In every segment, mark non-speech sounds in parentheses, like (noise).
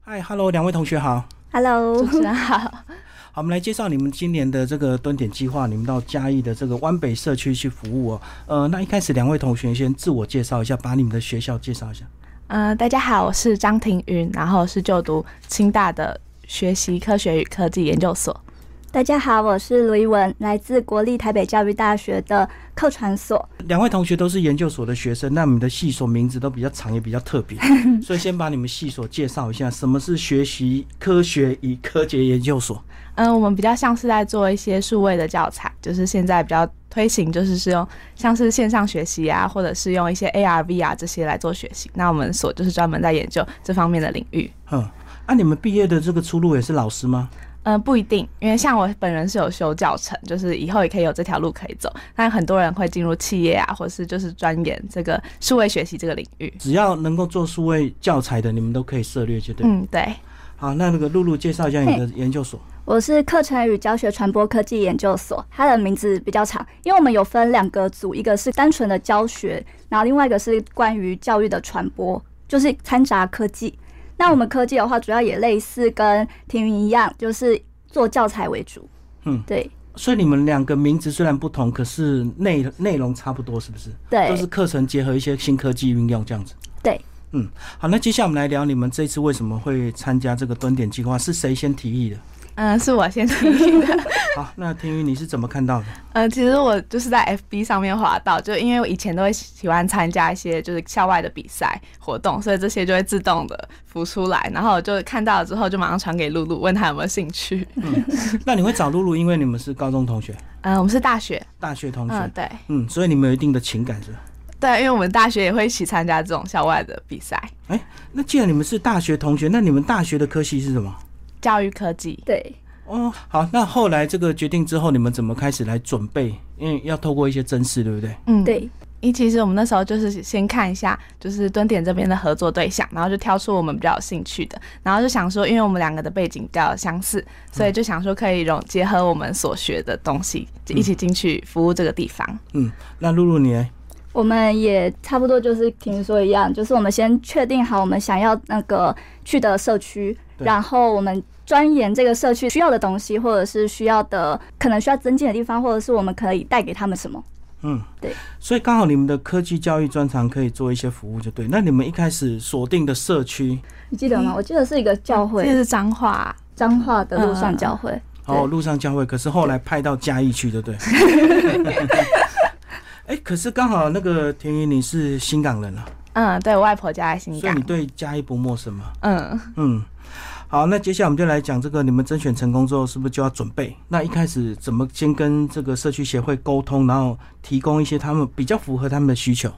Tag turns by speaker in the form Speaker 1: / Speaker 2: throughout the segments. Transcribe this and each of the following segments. Speaker 1: 嗨，Hello，两位同学好。
Speaker 2: Hello，
Speaker 3: 主持人好，
Speaker 1: 好，我们来介绍你们今年的这个蹲点计划，你们到嘉义的这个湾北社区去服务哦。呃，那一开始两位同学先自我介绍一下，把你们的学校介绍一下。
Speaker 3: (laughs) 呃，大家好，我是张庭云，然后是就读清大的学习科学与科技研究所。
Speaker 2: (laughs) 大家好，我是卢一文，来自国立台北教育大学的客传所。
Speaker 1: 两位同学都是研究所的学生，那你们的系所名字都比较长，也比较特别，所以先把你们系所介绍一下，什么是学习科学与科学研究所？
Speaker 3: 嗯，我们比较像是在做一些数位的教材，就是现在比较推行，就是是用像是线上学习啊，或者是用一些 AR、VR 啊这些来做学习。那我们所就是专门在研究这方面的领域。
Speaker 1: 哼，啊，你们毕业的这个出路也是老师吗？
Speaker 3: 嗯，不一定，因为像我本人是有修教程，就是以后也可以有这条路可以走。但很多人会进入企业啊，或是就是钻研这个数位学习这个领域。
Speaker 1: 只要能够做数位教材的，你们都可以涉猎，就对。
Speaker 3: 嗯，对。
Speaker 1: 好，那那个露露介绍一下你的研究所。
Speaker 2: 我是课程与教学传播科技研究所，它的名字比较长，因为我们有分两个组，一个是单纯的教学，然后另外一个是关于教育的传播，就是掺杂科技。那我们科技的话，主要也类似跟庭云一样，就是做教材为主。
Speaker 1: 嗯
Speaker 2: 对
Speaker 1: 所以你们两个名字虽然不同，可是内内容差不多，是不是？都
Speaker 2: 对
Speaker 1: 是课程结合一些新科技运用这样子。
Speaker 2: 对，
Speaker 1: 嗯，好，那接下来我们来聊你们这次为什么会参加这个蹲点计划，是谁先提
Speaker 2: (laughs)
Speaker 1: 议的？
Speaker 3: 嗯，是我先提议
Speaker 1: (laughs)
Speaker 3: 的。
Speaker 1: 好，那天宇你是怎么看到的？
Speaker 3: 嗯，其实我就是在 FB 上面滑到，就因为我以前都会喜欢参加一些就是校外的比赛活动，所以这些就会自动的浮出来，然后我就看到了之后就马上传给露露，问她有没有兴趣。
Speaker 1: 那你会找露露，因为你们是高中同学、
Speaker 3: 嗯，我们是大学，
Speaker 1: 大学同学，
Speaker 3: 嗯，对
Speaker 1: 嗯所以你们有一定的情感是吧？
Speaker 3: 对，因为我们大学也会一起参加这种校外的比赛，
Speaker 1: 那既然你们是大学同学，那你们大学的科系是什么？
Speaker 3: 教育科技。
Speaker 2: 对，
Speaker 1: 哦，好，那后来这个决定之后，你们怎么开始来准备？因为要透过一些真试，对不对？
Speaker 3: 嗯，
Speaker 2: 对，
Speaker 3: 因为其实我们那时候就是先看一下，就是蹲点这边的合作对象，然后就挑出我们比较有兴趣的，然后就想说，因为我们两个的背景比较相似，所
Speaker 1: 嗯
Speaker 3: 以就想说可以融结合我们所学的东西，就一起进去服务这个地方。
Speaker 1: 嗯，那露露你呢？
Speaker 2: 我们也差不多就是听说一样，就是我们先确定好我们想要那个去的社区，
Speaker 1: 对
Speaker 2: 然后我们钻研这个社区需要的东西，或者是需要的可能需要增进的地方，或者是我们可以带给他们什么。
Speaker 1: 嗯，
Speaker 2: 对。
Speaker 1: 所以刚好你们的科技教育专长可以做一些服务，就对。那你们一开始锁定的社区，
Speaker 2: 你记得吗？
Speaker 3: 嗯
Speaker 2: 我记得是一个教
Speaker 3: 这
Speaker 2: 会，
Speaker 3: 是脏话，啊
Speaker 2: 彰化的路上教会。
Speaker 1: 哦，路上教会，可是后来派到嘉义去，对 (laughs)
Speaker 3: (laughs)
Speaker 1: 不对？哎、可是刚好那个田云你是新港人啊，
Speaker 3: 嗯，对我外婆家在新
Speaker 1: 所以
Speaker 3: 港
Speaker 1: 你，对嘉义不陌生嘛。
Speaker 3: 嗯，
Speaker 1: 嗯，好，那接下来我们就来讲这个，你们甄选成功之后是不是就要准备？那一开始怎么先跟这个社区协会沟通，然后提供一些他们比较符合他们的需求？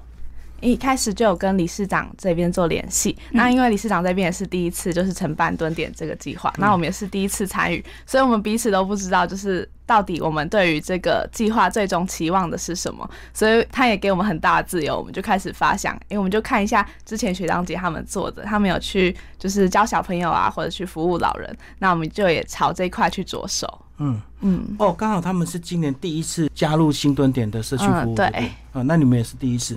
Speaker 3: 一开始就有跟理事长这边做联系。那因为理事长这边也是第一次，就是承办蹲点这个计划，那我们也是第一次参与，所以我们彼此都不知道，就是到底我们对于这个计划最终期望的是什么。所以他也给我们很大的自由，我们就开始发想，因为我们就看一下之前学长姐他们做的，他们有去就是教小朋友啊，或者去服务老人，那我们就也朝这一块去着手。
Speaker 1: 嗯，
Speaker 3: 嗯，
Speaker 1: 哦，刚好他们是今年第一次加入新蹲点的社区服务，
Speaker 3: 嗯
Speaker 1: 对
Speaker 3: 对
Speaker 1: 不对，啊，那你们也是第一次，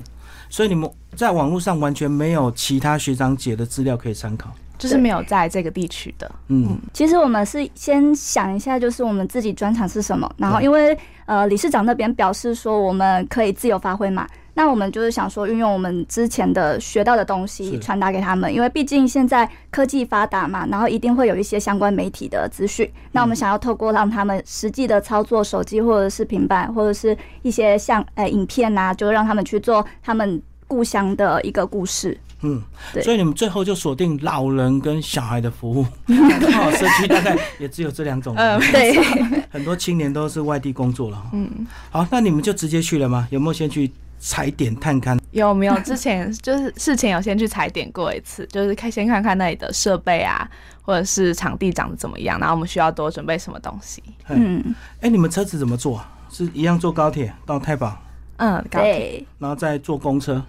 Speaker 1: 所以你们在网络上完全没有其他学长姐的资料可以参考。
Speaker 3: 就是没有在这个地区的。
Speaker 1: 嗯，
Speaker 2: 其实我们是先想一下，就是我们自己专长是什么，然后因为呃理事长那边表示说我们可以自由发挥嘛，那我们就是想说运用我们之前的学到的东
Speaker 1: 是
Speaker 2: 西传达给他们，因为毕竟现在科技发达嘛，然后一定会有一些相关媒体的资讯，那我们想要透过让他们实际的操作手机或者是平板或者是一些像呃影片呐、就让他们去做他们故乡的一个故事。
Speaker 1: 嗯，
Speaker 2: 对
Speaker 1: 所以你们最后就锁定老人跟小孩的服务，刚好社区大概也只有这两种人，
Speaker 3: 嗯
Speaker 2: 对，
Speaker 1: 很多青年都是外地工作了。
Speaker 3: 嗯，
Speaker 1: 好，那你们就直接去了吗？有没有先去踩点探勘？
Speaker 3: 有没有之前就是事前有先去踩点过一次，就是看先看看那里的设备啊，或者是场地长得怎么样，然后我们需要多准备什么东西。
Speaker 2: 嗯，
Speaker 1: 哎、你们车子怎么坐啊？是一样坐高铁到太保，
Speaker 3: 嗯，高铁
Speaker 2: 对。
Speaker 1: 然后再坐公车，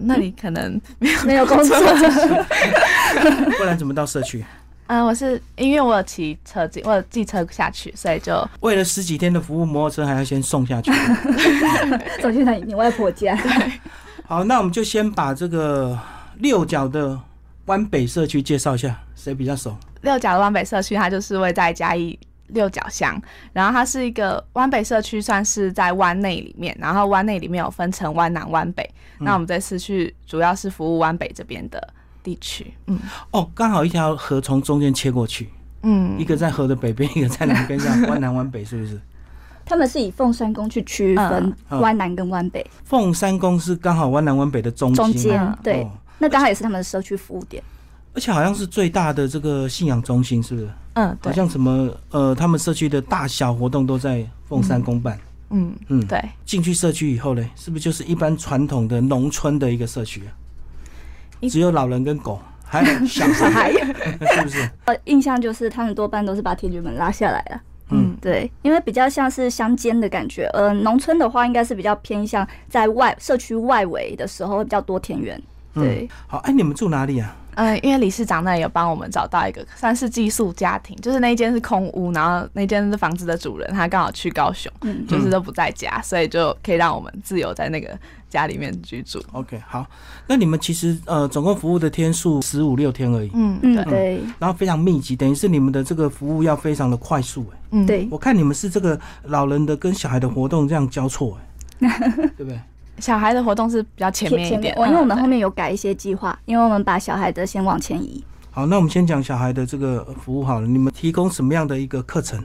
Speaker 3: 那里可能， (laughs)
Speaker 2: 没有工作，
Speaker 1: 不然怎么到社区？
Speaker 3: 嗯，我是因为我有骑车进，我有寄车下去，所以就
Speaker 1: 为了十几天的服务，摩托车还要先送下去。
Speaker 2: 走去你外婆家。
Speaker 1: 好，那我们就先把这个六角的湾北社区介绍一下，谁比较熟？
Speaker 3: 六角的湾北社区，它就是位在嘉义六角乡，然后它是一个湾北社区，算是在湾内里面，然后湾内里面有分成湾南、湾北。那我们这次去主要是服务湾北这边的地区，嗯
Speaker 1: 哦，刚好一条河从中间切过去，
Speaker 3: 嗯
Speaker 1: 一个在河的北边，一个在南边，这样湾南湾北是不是？
Speaker 2: 他们是以凤山宫去区分
Speaker 1: 嗯
Speaker 2: 湾南跟湾北，
Speaker 1: 凤山宫是刚好湾南湾北的中心
Speaker 2: 中间
Speaker 1: 哦
Speaker 2: 对那刚好也是他们的社区服务
Speaker 3: (laughs)
Speaker 2: 点。
Speaker 1: 而且好像是最大的这个信仰中心，是不是？
Speaker 3: 嗯，
Speaker 1: 好
Speaker 3: 对，
Speaker 1: 像什么呃，他们社区的大小活动都在凤山公办。
Speaker 3: 嗯
Speaker 1: 嗯，
Speaker 3: 对。
Speaker 1: 进去社区以后嘞，是不是就是一般传统的农村的一个社区啊、
Speaker 3: 一
Speaker 1: 只有老人跟狗，还有小孩，
Speaker 2: 还
Speaker 1: 是不是？
Speaker 2: 呃，印象就是他们多半都是把铁卷门拉下来了。
Speaker 1: 嗯
Speaker 2: 对，因为比较像是乡间的感觉，呃，农村的话应该是比较偏向在外社区外围的时候会比较多田园。
Speaker 1: 嗯
Speaker 2: 对，
Speaker 1: 好，哎，你们住哪里啊？
Speaker 3: 嗯，因为理事长那里有帮我们找到一个算是寄宿家庭，就是那一间是空屋，然后那间是房子的主人，他刚好去高雄，
Speaker 2: 嗯
Speaker 3: 就是都不在家，所以就可以让我们自由在那个家里面居住。
Speaker 1: OK，好，那你们其实呃，总共服务的天数十五六天而已，
Speaker 3: 嗯
Speaker 2: 嗯，
Speaker 3: 对，
Speaker 2: 对
Speaker 1: 然后非常密集，等于是你们的这个服务要非常的快速、哎，
Speaker 3: 嗯，
Speaker 2: 对，
Speaker 1: 我看你们是这个老人的跟小孩的活动这样交错、哎，对不对？
Speaker 3: 小孩的活动是比较前面一点，
Speaker 2: 我因为我们
Speaker 3: 嗯
Speaker 2: 后面有改一些计划，因为我们把小孩的先往前移。
Speaker 1: 好，那我们先讲小孩的这个服务好了，你们提供什么样的一个课程？
Speaker 3: 嗯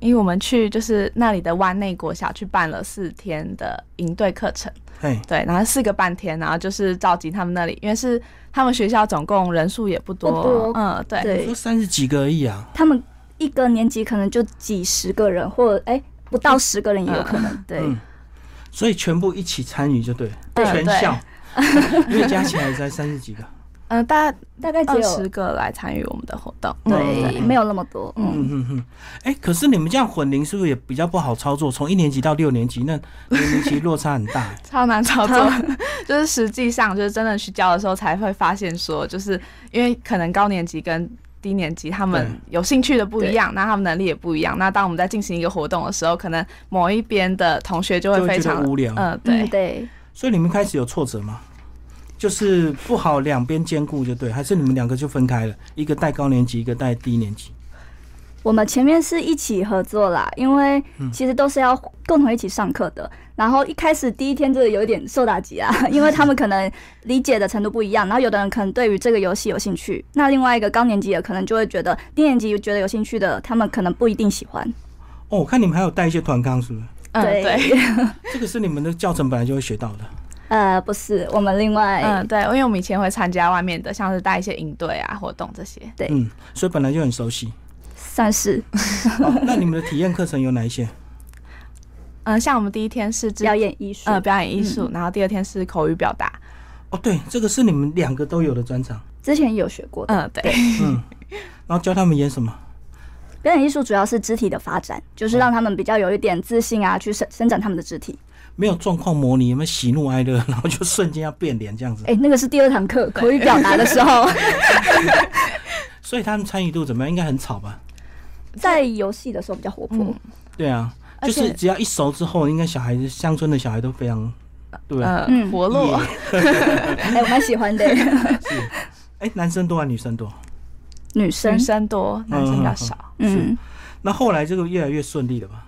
Speaker 3: 因为我们去就是那里的湾内国小去办了四天的营队课程，
Speaker 1: 哎，
Speaker 3: 对，然后四个半天，然后就是召集他们那里，因为是他们学校总共人数也不多，
Speaker 2: 不多
Speaker 3: 嗯，对，
Speaker 1: 说
Speaker 2: 对
Speaker 1: 三十几个而已啊，
Speaker 2: 他们一个年级可能就几十个人，或哎、不到十个人也有可能。对，嗯
Speaker 1: 嗯所以全部一起参与就对了，
Speaker 3: 对
Speaker 1: 全
Speaker 3: 对
Speaker 2: (laughs)
Speaker 1: 校，因为加起来才三十几个。
Speaker 3: 嗯、大概
Speaker 2: 大概只
Speaker 3: 二
Speaker 2: 有
Speaker 3: 十个来参与我们的活动，
Speaker 2: 对
Speaker 1: 嗯
Speaker 2: 没有那么多。嗯，
Speaker 1: 嗯哼哼，哎、可是你们这样混龄是不是也比较不好操作？从一年级到六年级，那年龄级落差很大、 (laughs) 哎
Speaker 3: 超难操作， (laughs) 就是实际上就是真的去教的时候才会发现说，就是因为可能高年级跟低年级他们有兴趣的不一样，那他们能力也不一样。那当我们在进行一个活动的时候，可能某一边的同学就
Speaker 1: 就
Speaker 3: 会
Speaker 1: 会
Speaker 3: 非
Speaker 1: 觉
Speaker 3: 常
Speaker 1: 得无聊。
Speaker 3: 嗯，
Speaker 2: 嗯
Speaker 3: 对，
Speaker 2: 对。
Speaker 1: 所以你们开始有挫折吗？就是不好两边兼顾就对，还是你们两个就分开了，一个带高年级，一个带低年级？
Speaker 2: 我们前面是一起合作啦，因为
Speaker 3: 嗯
Speaker 2: 其实都是要共同一起上课的。然后一开始第一天就有点受打击啊， (laughs) 因为他们可能理解的程度不一样，然后有的人可能对于这个游戏有兴趣，那另外一个高年级的可能就会觉得低年级觉得有兴趣的，他们可能不一定喜欢。
Speaker 1: 哦，我看你们还有带一些团康，是不是？
Speaker 3: 嗯，对，
Speaker 1: 这个是你们的教程本来就会学到的。
Speaker 2: (laughs) 呃，不是，我们另外、
Speaker 3: 嗯，对，因为我们以前会参加外面的，像是带一些营队啊、活动这些。
Speaker 2: 对
Speaker 1: 嗯，所以本来就很熟悉。
Speaker 2: 算是
Speaker 1: 好那你们的体验课程有哪一些？
Speaker 3: 嗯，像我们第一天是肢
Speaker 2: 表演艺术。
Speaker 3: 呃表演艺术，然后第二天是口语表达。
Speaker 1: 哦，对，这个是你们两个都有的专长。
Speaker 2: 之前有学过的，
Speaker 3: 嗯，对，
Speaker 1: 嗯，然后教他们演什么？
Speaker 2: 表演艺术主要是肢体的发展，
Speaker 3: 嗯
Speaker 2: 就是让他们比较有一点自信啊，去伸伸展他们的肢体。
Speaker 1: 没有状况模拟，有没有喜怒哀乐， (laughs) 然后就瞬间要变脸这样子。
Speaker 2: 哎、那个是第二堂课口语表达的时 (laughs) 候，
Speaker 1: 所以他们参与度怎么样？应该很吵吧？
Speaker 2: 在游戏的时候比较活泼。
Speaker 3: 嗯
Speaker 1: 对啊，
Speaker 3: 而
Speaker 1: 就
Speaker 3: 且
Speaker 1: 是只要一熟之后，应该小孩子乡村的小孩都非常，对不对？
Speaker 3: 嗯，活络。
Speaker 2: 哎、我蛮喜欢的。
Speaker 1: (laughs) 哎，男生多还是女生多？
Speaker 2: (laughs) 女生
Speaker 3: 女，生多，男生比较少。
Speaker 2: 嗯
Speaker 1: 那后来这个越来越顺利了吧？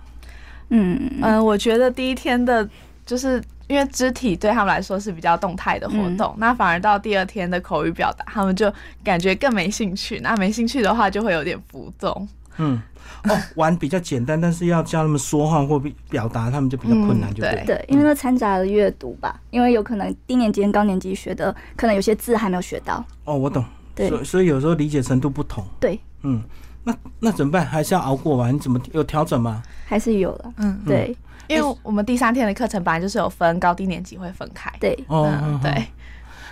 Speaker 2: 嗯
Speaker 3: 嗯、我觉得第一天的，就是因为肢体对他们来说是比较动态的活动，那反而到第二天的口语表达，他们就感觉更没兴趣。那没兴趣的话，就会有点浮动。
Speaker 1: 嗯，哦，玩比较简单，但是要教他们说话或表达，他们就比较困难，
Speaker 3: 嗯
Speaker 1: 就对了。
Speaker 2: 对，因为那掺杂了阅读吧，因为有可能低年级跟高年级学的，可能有些字还没有学到。
Speaker 1: 哦，我懂。
Speaker 2: 对
Speaker 1: 所以所以有时候理解程度不同。
Speaker 2: 对，
Speaker 1: 嗯，那那怎么办？还是要熬过吧？你怎么有调整吗？
Speaker 2: 还是有了。
Speaker 3: 嗯，
Speaker 2: 对
Speaker 3: 因为我们第三天的课程本来就是有分高低年级会分开。
Speaker 2: 对，
Speaker 1: 哦，
Speaker 3: 嗯，
Speaker 1: 哦
Speaker 3: 对，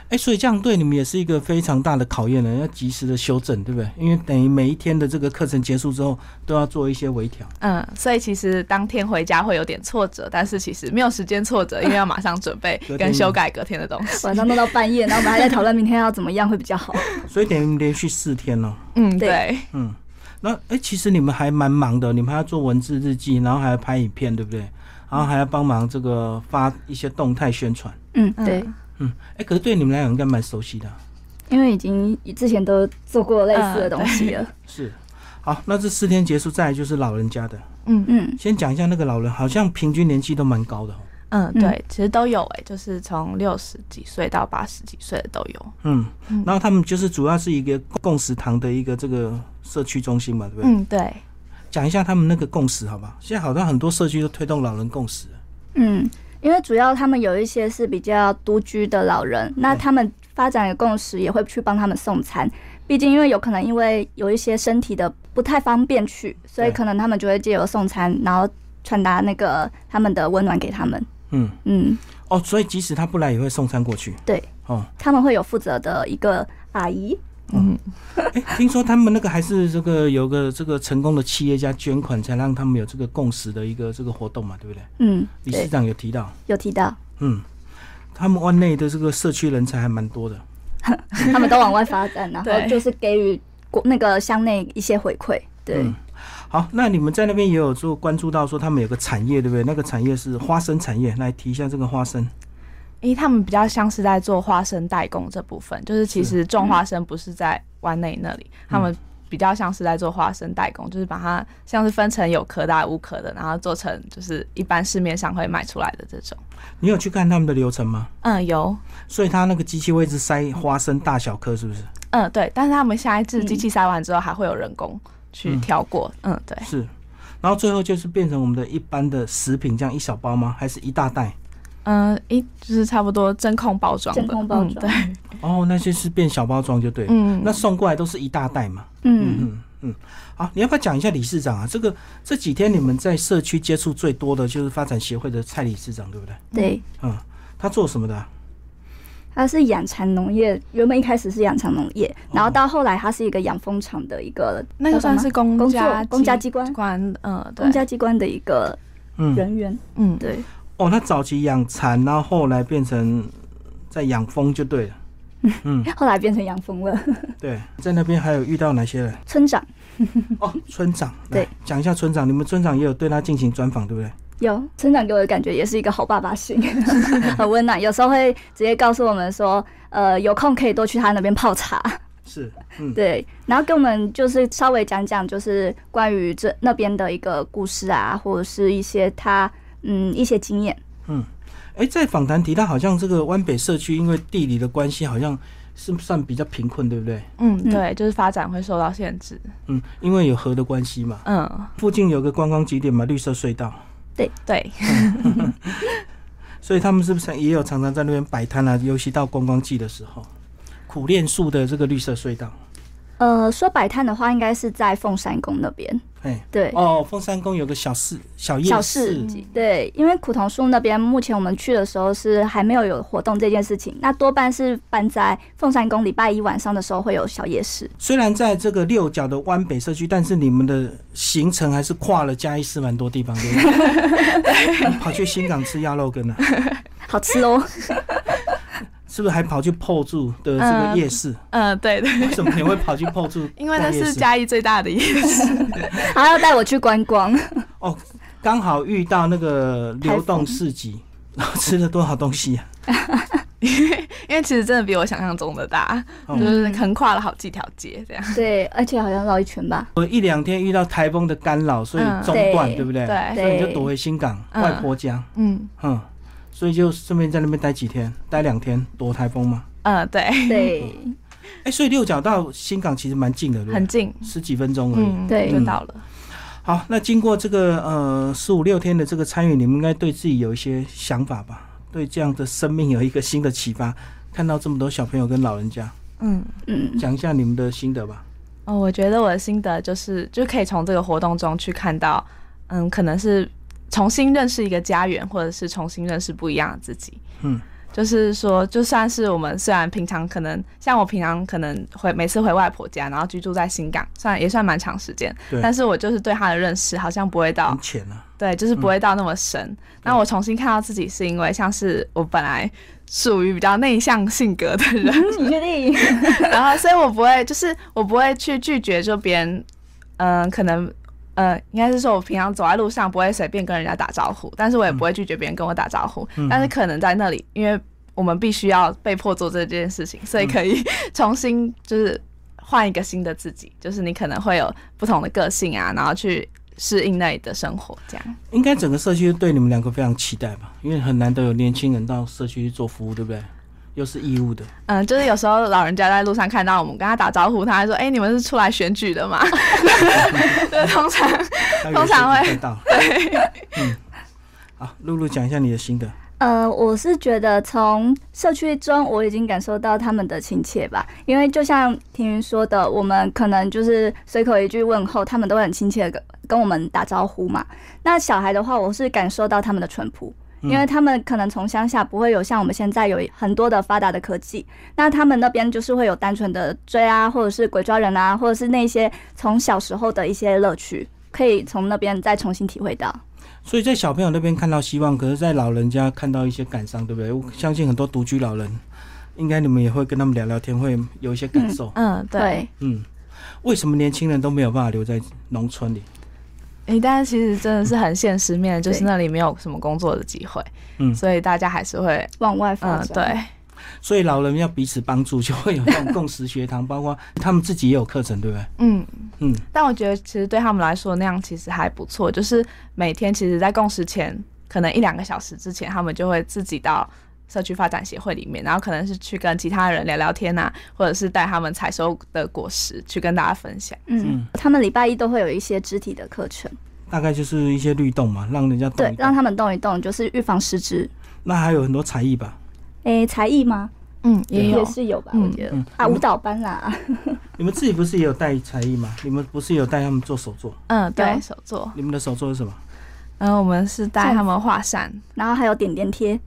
Speaker 1: 哎、所以这样对你们也是一个非常大的考验了，要及时的修正，对不对？因为等于每一天的这个课程结束之后，都要做一些微调。
Speaker 3: 嗯，所以其实当天回家会有点挫折，但是其实没有时间挫折，因为要马上准备
Speaker 1: 隔天
Speaker 3: 跟修改隔天的东西。
Speaker 2: 晚上弄到半夜，然后我们还在讨论明天要怎么样会比较好。
Speaker 1: 所以等于连续四天了。
Speaker 3: 嗯，
Speaker 2: (laughs) 对
Speaker 3: 对，
Speaker 1: 嗯，那哎、其实你们还蛮忙的，你们还要做文字日记，然后还要拍影片，对不对？然后还要帮忙这个发一些动态宣传。
Speaker 2: 嗯，对，
Speaker 1: 嗯，哎、可是对你们来讲应该蛮熟悉的啊、
Speaker 2: 因为已经之前都做过类似的东西了。
Speaker 1: 是。好，那这四天结束，再来就是老人家的。
Speaker 3: 嗯
Speaker 2: 嗯，
Speaker 1: 先讲一下那个老人，好像平均年纪都蛮高的哦。
Speaker 3: 嗯，
Speaker 2: 嗯
Speaker 3: 对，其实都有诶、就是从六十几岁到八十几岁的都有。
Speaker 1: 嗯
Speaker 3: 嗯，
Speaker 1: 然后他们就是主要是一个共食堂的一个这个社区中心嘛，对不对？
Speaker 3: 嗯，对，
Speaker 1: 讲一下他们那个共识，好吧？现在好像很多社区都推动老人共识。
Speaker 2: 嗯，因为主要他们有一些是比较独居的老人，那他们发展的共识也会去帮他们送餐。毕竟，因为有可能因为有一些身体的不太方便去，所以
Speaker 1: 对
Speaker 2: 可能他们就会借由送餐，然后传达那个他们的温暖给他们。
Speaker 1: 嗯，
Speaker 2: 嗯，
Speaker 1: 哦，所以即使他不来，也会送餐过去。
Speaker 2: 对，
Speaker 1: 哦，
Speaker 2: 他们会有负责的一个阿姨。
Speaker 3: 嗯
Speaker 1: 哎，听说他们那个还是这个有个这个成功的企业家捐款，才让他们有这个共识的一个这个活动嘛，对不对？
Speaker 2: 嗯，
Speaker 1: 理事
Speaker 2: 对，
Speaker 1: 长有提到，
Speaker 2: 有提到，
Speaker 1: 嗯，他们湾内的这个社区人才还蛮多的。
Speaker 2: 他们都往外发展，然后
Speaker 3: 对
Speaker 2: 就是给予国那个乡内一些回馈。对，
Speaker 1: 嗯好，那你们在那边也有做关注到说他们有个产业，对不对？那个产业是花生产业，来提一下这个花生。
Speaker 3: 因为他们比较像是在做花生代工这部分，就是嗯其实种花生不是在湾内那里，他们比较像是在做花生代工，就是把它像是分成有壳的、无壳的，然后做成就是一般市面上会卖出来的这种。
Speaker 1: 你有去看他们的流程吗？
Speaker 3: 嗯，有，
Speaker 1: 所以他那个机器会一直塞花生大小颗，是不是？
Speaker 3: 嗯，对，但是他们下一次机器塞完之后，还会有人工去
Speaker 1: 嗯
Speaker 3: 挑过。嗯，对，
Speaker 1: 是。然后最后就是变成我们的一般的食品，这样一小包吗？还是一大袋？
Speaker 3: 嗯，一就是差不多真空包装的，
Speaker 2: 真空包装
Speaker 3: 嗯对，
Speaker 1: 哦，那些是变小包装就对了。
Speaker 3: 嗯，
Speaker 1: 那送过来都是一大袋嘛。
Speaker 2: 嗯
Speaker 1: 嗯嗯。好，你要不要讲一下理事长啊？这个这几天你们在社区接触最多的就是发展协会的蔡理事长，对不对？
Speaker 2: 对，
Speaker 1: 嗯，他做什么的啊、
Speaker 2: 它是养蚕农业，原本一开始是养蚕农业，然后到后来它是一个养蜂场的一个
Speaker 3: 哦那个算是公
Speaker 2: 工作
Speaker 3: 家
Speaker 2: 公家机关
Speaker 3: 关，嗯，对
Speaker 2: 公，家机关的一个
Speaker 1: 嗯，
Speaker 2: 人员，
Speaker 3: 嗯，对，
Speaker 2: 对，
Speaker 1: 哦，他早期养蚕，然后后来变成在养蜂就对了。
Speaker 3: 嗯
Speaker 2: 后来变成养蜂了。 (laughs)
Speaker 1: 对，在那边还有遇到哪些人？
Speaker 2: 村长
Speaker 1: 哦，村长，
Speaker 2: 对
Speaker 1: 来，讲一下村长，你们村长也有对他进行专访，对不对？
Speaker 2: 有村长给我的感觉也是一个好爸爸
Speaker 3: (laughs)
Speaker 2: 型，很温暖，有时候会直接告诉我们说，呃，有空可以多去他那边泡茶，
Speaker 1: 是，嗯，
Speaker 2: 对，然后跟我们就是稍微讲讲，就是关于这那边的一个故事啊，或者是一些他嗯一些经验。
Speaker 1: 哎，在访谈提到，好像这个湾北社区因为地理的关系，好像是算比较贫困，对不对？
Speaker 3: 嗯，对，就是发展会受到限制。
Speaker 1: 嗯，因为有河的关系嘛，
Speaker 3: 嗯，
Speaker 1: 附近有个观光景点嘛，绿色隧道，
Speaker 3: 对， (laughs)
Speaker 1: 所以他们是不是也有常常在那边摆摊啊？尤其到观光季的时候，苦练树的这个绿色隧道，
Speaker 2: 呃，说摆摊的话，应该是在凤山宫那边，
Speaker 1: 哎，
Speaker 2: 对，
Speaker 1: 哦，凤山宫有个小市小夜
Speaker 2: 小市
Speaker 1: 市，
Speaker 3: 集
Speaker 2: 对，因为苦桐树那边目前我们去的时候是还没有有活动这件事情，那多半是办在凤山宫礼拜一晚上的时候会有小夜市。
Speaker 1: 虽然在这个六角的湾北社区，但是你们的行程还是跨了嘉义市蛮多地方，对不对？
Speaker 3: (laughs)
Speaker 1: 跑去新港吃鸭肉羹呢、啊，
Speaker 2: 好吃
Speaker 1: (laughs)
Speaker 2: 哦，
Speaker 1: 是不是还跑去破住的这个夜市？
Speaker 3: 嗯，对对，
Speaker 1: 为什么你会跑去破住逛夜市？
Speaker 3: (laughs) 因为那是嘉义最大的夜 (laughs) 市。
Speaker 2: 还要带我去
Speaker 1: (laughs)
Speaker 2: 观光。
Speaker 1: 哦，刚好遇到那个流动市集，然后吃了多少东西啊？
Speaker 3: 因为其实真的比我想象中的大，
Speaker 1: 哦
Speaker 3: 就是横跨了好几条街这样。
Speaker 2: 对，而且好像绕一圈吧。
Speaker 1: 我一两天遇到台风的干扰，所以
Speaker 3: 嗯
Speaker 1: 中断，
Speaker 2: 对
Speaker 1: 对不对？
Speaker 3: 对，
Speaker 1: 所以你就躲回新港、
Speaker 3: 嗯
Speaker 1: 外婆家，
Speaker 3: 嗯
Speaker 1: 嗯，所以就顺便在那边待几天，待两天躲台风嘛。
Speaker 3: 嗯，对，
Speaker 2: 对，
Speaker 1: 哎、所以六角到新港其实蛮近的，对不对
Speaker 3: 很近，
Speaker 1: 十几分钟而已。
Speaker 3: 嗯，
Speaker 2: 对
Speaker 3: 就到了。
Speaker 1: 好，那经过这个呃四五六天的这个参与，你们应该对自己有一些想法吧？对这样的生命有一个新的启发。看到这么多小朋友跟老人家，
Speaker 3: 嗯。
Speaker 2: 嗯，
Speaker 1: 讲一下你们的心得吧。
Speaker 3: 哦，我觉得我的心得就是，就可以从这个活动中去看到，嗯，可能是重新认识一个家园，或者是重新认识不一样的自己。
Speaker 1: 嗯，
Speaker 3: 就是说，就算是我们虽然平常可能像我平常可能回每次回外婆家，然后居住在新港，算也算蛮长时间
Speaker 1: 对，
Speaker 3: 但是我就是对他的认识好像不会到
Speaker 1: 很浅啊，
Speaker 3: 对，就是不会到那么深。那、我重新看到自己，是因为像是我本来属于比较内向性格的人，
Speaker 2: 嗯你确定？
Speaker 3: (laughs) 然后，所以我不会，就是我不会去拒绝，就别人，嗯、可能，呃，应该是说我平常走在路上不会随便跟人家打招呼，但是我也不会拒绝别人跟我打招呼。但是可能在那里，因为我们必须要被迫做这件事情，所以可以重新就是换一个新的自己，就是你可能会有不同的个性啊，然后去适应那里的生活，这样。
Speaker 1: 应该整个社区对你们两个非常期待吧，因为很难得有年轻人到社区去做服务，对不对？又是义务的，
Speaker 3: 嗯，就是有时候老人家在路上看到我们，跟他打招呼，他还说：“哎、你们是出来选举的吗？” (laughs) 对，通常
Speaker 1: 他以为
Speaker 3: 通常
Speaker 1: 是
Speaker 3: 会
Speaker 1: 看到。
Speaker 3: (laughs)
Speaker 1: 对，嗯，好，露露讲一下你的心得。
Speaker 2: 呃，我是觉得从社区中我已经感受到他们的亲切吧，因为就像庭云说的，我们可能就是随口一句问候，他们都会很亲切的跟我们打招呼嘛。那小孩的话，我是感受到他们的淳朴。因为他们可能从乡下不会有像我们现在有很多的发达的科技，那他们那边就是会有单纯的追啊，或者是鬼抓人啊，或者是那些从小时候的一些乐趣，可以从那边再重新体会到。
Speaker 1: 所以在小朋友那边看到希望，可是，在老人家看到一些感伤，对不对？我相信很多独居老人，应该你们也会跟他们聊聊天，会有一些感受。
Speaker 3: 嗯，对。
Speaker 1: 嗯，为什么年轻人都没有办法留在农村里？
Speaker 3: 诶、但是其实真的是很现实面，就是
Speaker 2: 对
Speaker 3: 那里没有什么工作的机会，
Speaker 1: 嗯
Speaker 3: 所以大家还是会，
Speaker 2: 往外发
Speaker 3: 嗯，
Speaker 2: 展。
Speaker 3: 对，
Speaker 1: 所以老人要彼此帮助，就会有这种共识学
Speaker 2: (laughs)
Speaker 1: 堂，包括他们自己也有课程，对不对？
Speaker 3: 嗯。
Speaker 1: 嗯，
Speaker 3: 但我觉得其实对他们来说那样其实还不错，就是每天其实，在共识前可能一两个小时之前，他们就会自己到社区发展协会里面，然后可能是去跟其他人聊聊天啊，或者是带他们采收的果实去跟大家分享。
Speaker 2: 嗯，他们礼拜一都会有一些肢体的课程，
Speaker 1: 大概就是一些律动嘛，让人家动
Speaker 2: 对
Speaker 1: 一，
Speaker 2: 让
Speaker 1: 动。
Speaker 2: 他们动一动，就是预防失智。
Speaker 1: 那还有很多才艺吧？
Speaker 2: 诶、才艺吗？
Speaker 3: 嗯，
Speaker 1: 也
Speaker 2: 也是有吧，
Speaker 3: 嗯
Speaker 2: 我觉得、
Speaker 1: 嗯
Speaker 2: 啊，舞蹈班啦，
Speaker 1: 你们自己不是也有带才艺吗？你们不是有带他们做手作？
Speaker 3: 嗯，对，
Speaker 2: 有
Speaker 3: 手作。
Speaker 1: 你们的手作是什么？
Speaker 3: 嗯，我们是带他们画扇，
Speaker 2: 然后还有点点贴，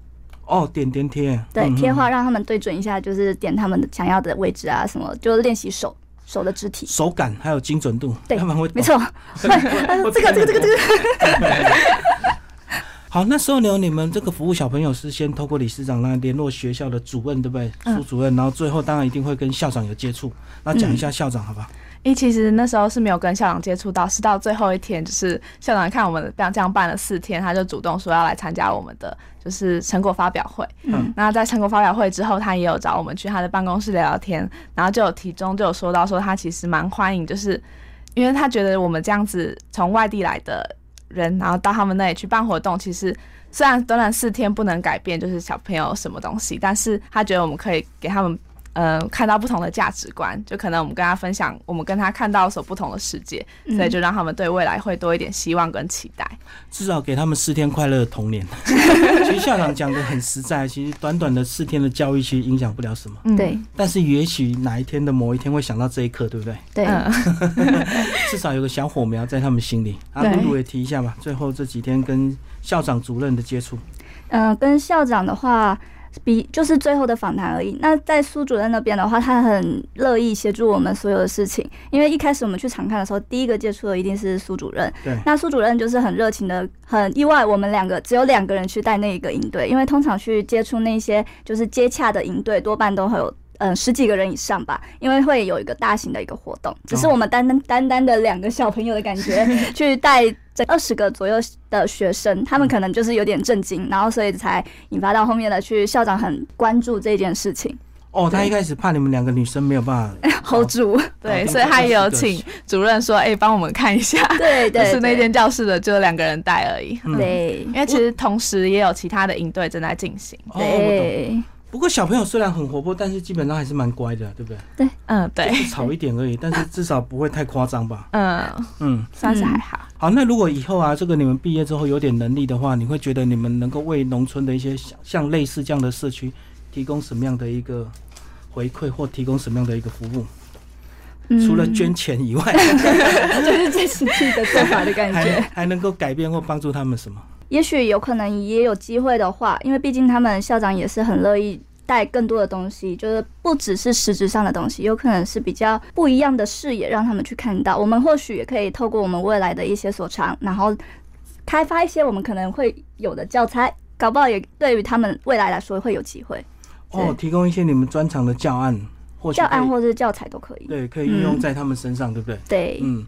Speaker 1: 哦，点点贴。
Speaker 2: 对，
Speaker 1: 嗯
Speaker 2: 贴画让他们对准一下，就是点他们的想要的位置啊，什么，就是练习手手的肢体。
Speaker 1: 手感还有精准度，
Speaker 2: 对
Speaker 1: 他们会
Speaker 2: 没错，
Speaker 1: (laughs) 呃这个这个这个这个。 (laughs) 好，那时候呢，你们这个服务小朋友是先透过理事长那联络学校的主任，对不对？
Speaker 3: 嗯
Speaker 1: 苏主任，然后最后当然一定会跟校长有接触。那讲一下校长好不好？
Speaker 3: 因为其实那时候是没有跟校长接触到，是到最后一天，就是校长看我们这样这样办了四天，他就主动说要来参加我们的就是成果发表会。
Speaker 1: 嗯
Speaker 2: 嗯，
Speaker 3: 那在成果发表会之后，他也有找我们去他的办公室聊聊天，然后就有其中就有说到说他其实蛮欢迎，就是因为他觉得我们这样子从外地来的人，然后到他们那里去办活动，其实虽然短短四天不能改变就是小朋友什么东西，但是他觉得我们可以给他们。呃，看到不同的价值观，就可能我们跟他分享，我们跟他看到所不同的世界，所以就让他们对未来会多一点希望跟期待。
Speaker 1: 至少给他们四天快乐的童年。 (laughs) 其实校长讲的很实在，其实短短的四天的教育其实影响不了什么，
Speaker 3: 嗯
Speaker 2: 对，
Speaker 1: 但是也许哪一天的某一天会想到这一刻，对不对？ (laughs)
Speaker 2: 对，
Speaker 3: 嗯，
Speaker 1: 至少有个小火苗在他们心里。啊，
Speaker 3: 对
Speaker 1: 露露也提一下吧，最后这几天跟校长主任的接触。
Speaker 2: 嗯，跟校长的话，比就是最后的访谈而已。那在苏主任那边的话，他很乐意协助我们所有的事情，因为一开始我们去场看的时候，第一个接触的一定是苏主任。
Speaker 1: 对
Speaker 2: 那苏主任就是很热情的，很意外，我们两个只有两个人去带那一个营队，因为通常去接触那些就是接洽的营队，多半都会有。嗯，十几个人以上吧，因为会有一个大型的一个活
Speaker 1: 哦
Speaker 2: 动，只是我们单单单单的两个小朋友的
Speaker 1: (laughs)
Speaker 2: 感觉去带这二十个左右的学生，他们
Speaker 1: 嗯
Speaker 2: 可能就是有点震惊，然后所以才引发到后面的去校长很关注这件事情
Speaker 1: 哦，他
Speaker 2: 对
Speaker 1: 一开始怕你们两个女生没有办法
Speaker 2: ，hold 住，
Speaker 3: 对，
Speaker 1: 哦
Speaker 3: 所以他也有请主任说，哎、帮我们看一下，
Speaker 2: (laughs) 对
Speaker 3: 就
Speaker 2: 对，
Speaker 3: 是那
Speaker 2: 对
Speaker 3: 间教室的就两个人带而已。
Speaker 1: 嗯
Speaker 2: 对
Speaker 3: 因为其实同时也有其他的营队正在进行。
Speaker 1: 哦，我懂。
Speaker 2: 对
Speaker 1: 不过小朋友虽然很活泼，但是基本上还是蛮乖的，啊
Speaker 2: (laughs)
Speaker 1: 对不对？
Speaker 3: 嗯，对，
Speaker 1: 吵一点而已，但是至少不会太夸张吧？
Speaker 3: 嗯，
Speaker 1: 嗯，
Speaker 3: 算是还好。
Speaker 1: 好，那如果以后啊，这个你们毕业之后有点能力的话，你会觉得你们能够为农村的一些像像类似这样的社区提供什么样的一个回馈，或提供什么样的一个服务？
Speaker 2: 嗯
Speaker 1: 除了捐钱以外，
Speaker 2: 就是最实际的做法的
Speaker 1: (laughs)
Speaker 2: 感
Speaker 1: 还
Speaker 2: 觉。
Speaker 1: 还能够改变或帮助他们什么？
Speaker 2: 也许有可能也有机会的话，因为毕竟他们校长也是很乐意带更多的东西，就是不只是实质上的东西，有可能是比较不一样的视野，让他们去看到。我们或许也可以透过我们未来的一些所长，然后开发一些我们可能会有的教材，搞不好也对于他们未来来说会有机会，
Speaker 1: 哦，
Speaker 2: 对
Speaker 1: 提供一些你们专长的教案，或许
Speaker 2: 教
Speaker 1: 可以
Speaker 2: 案或者是教材都可以。
Speaker 1: 对可以运用
Speaker 2: 嗯
Speaker 1: 在他们身上，对不对？
Speaker 2: 对，
Speaker 1: 嗯，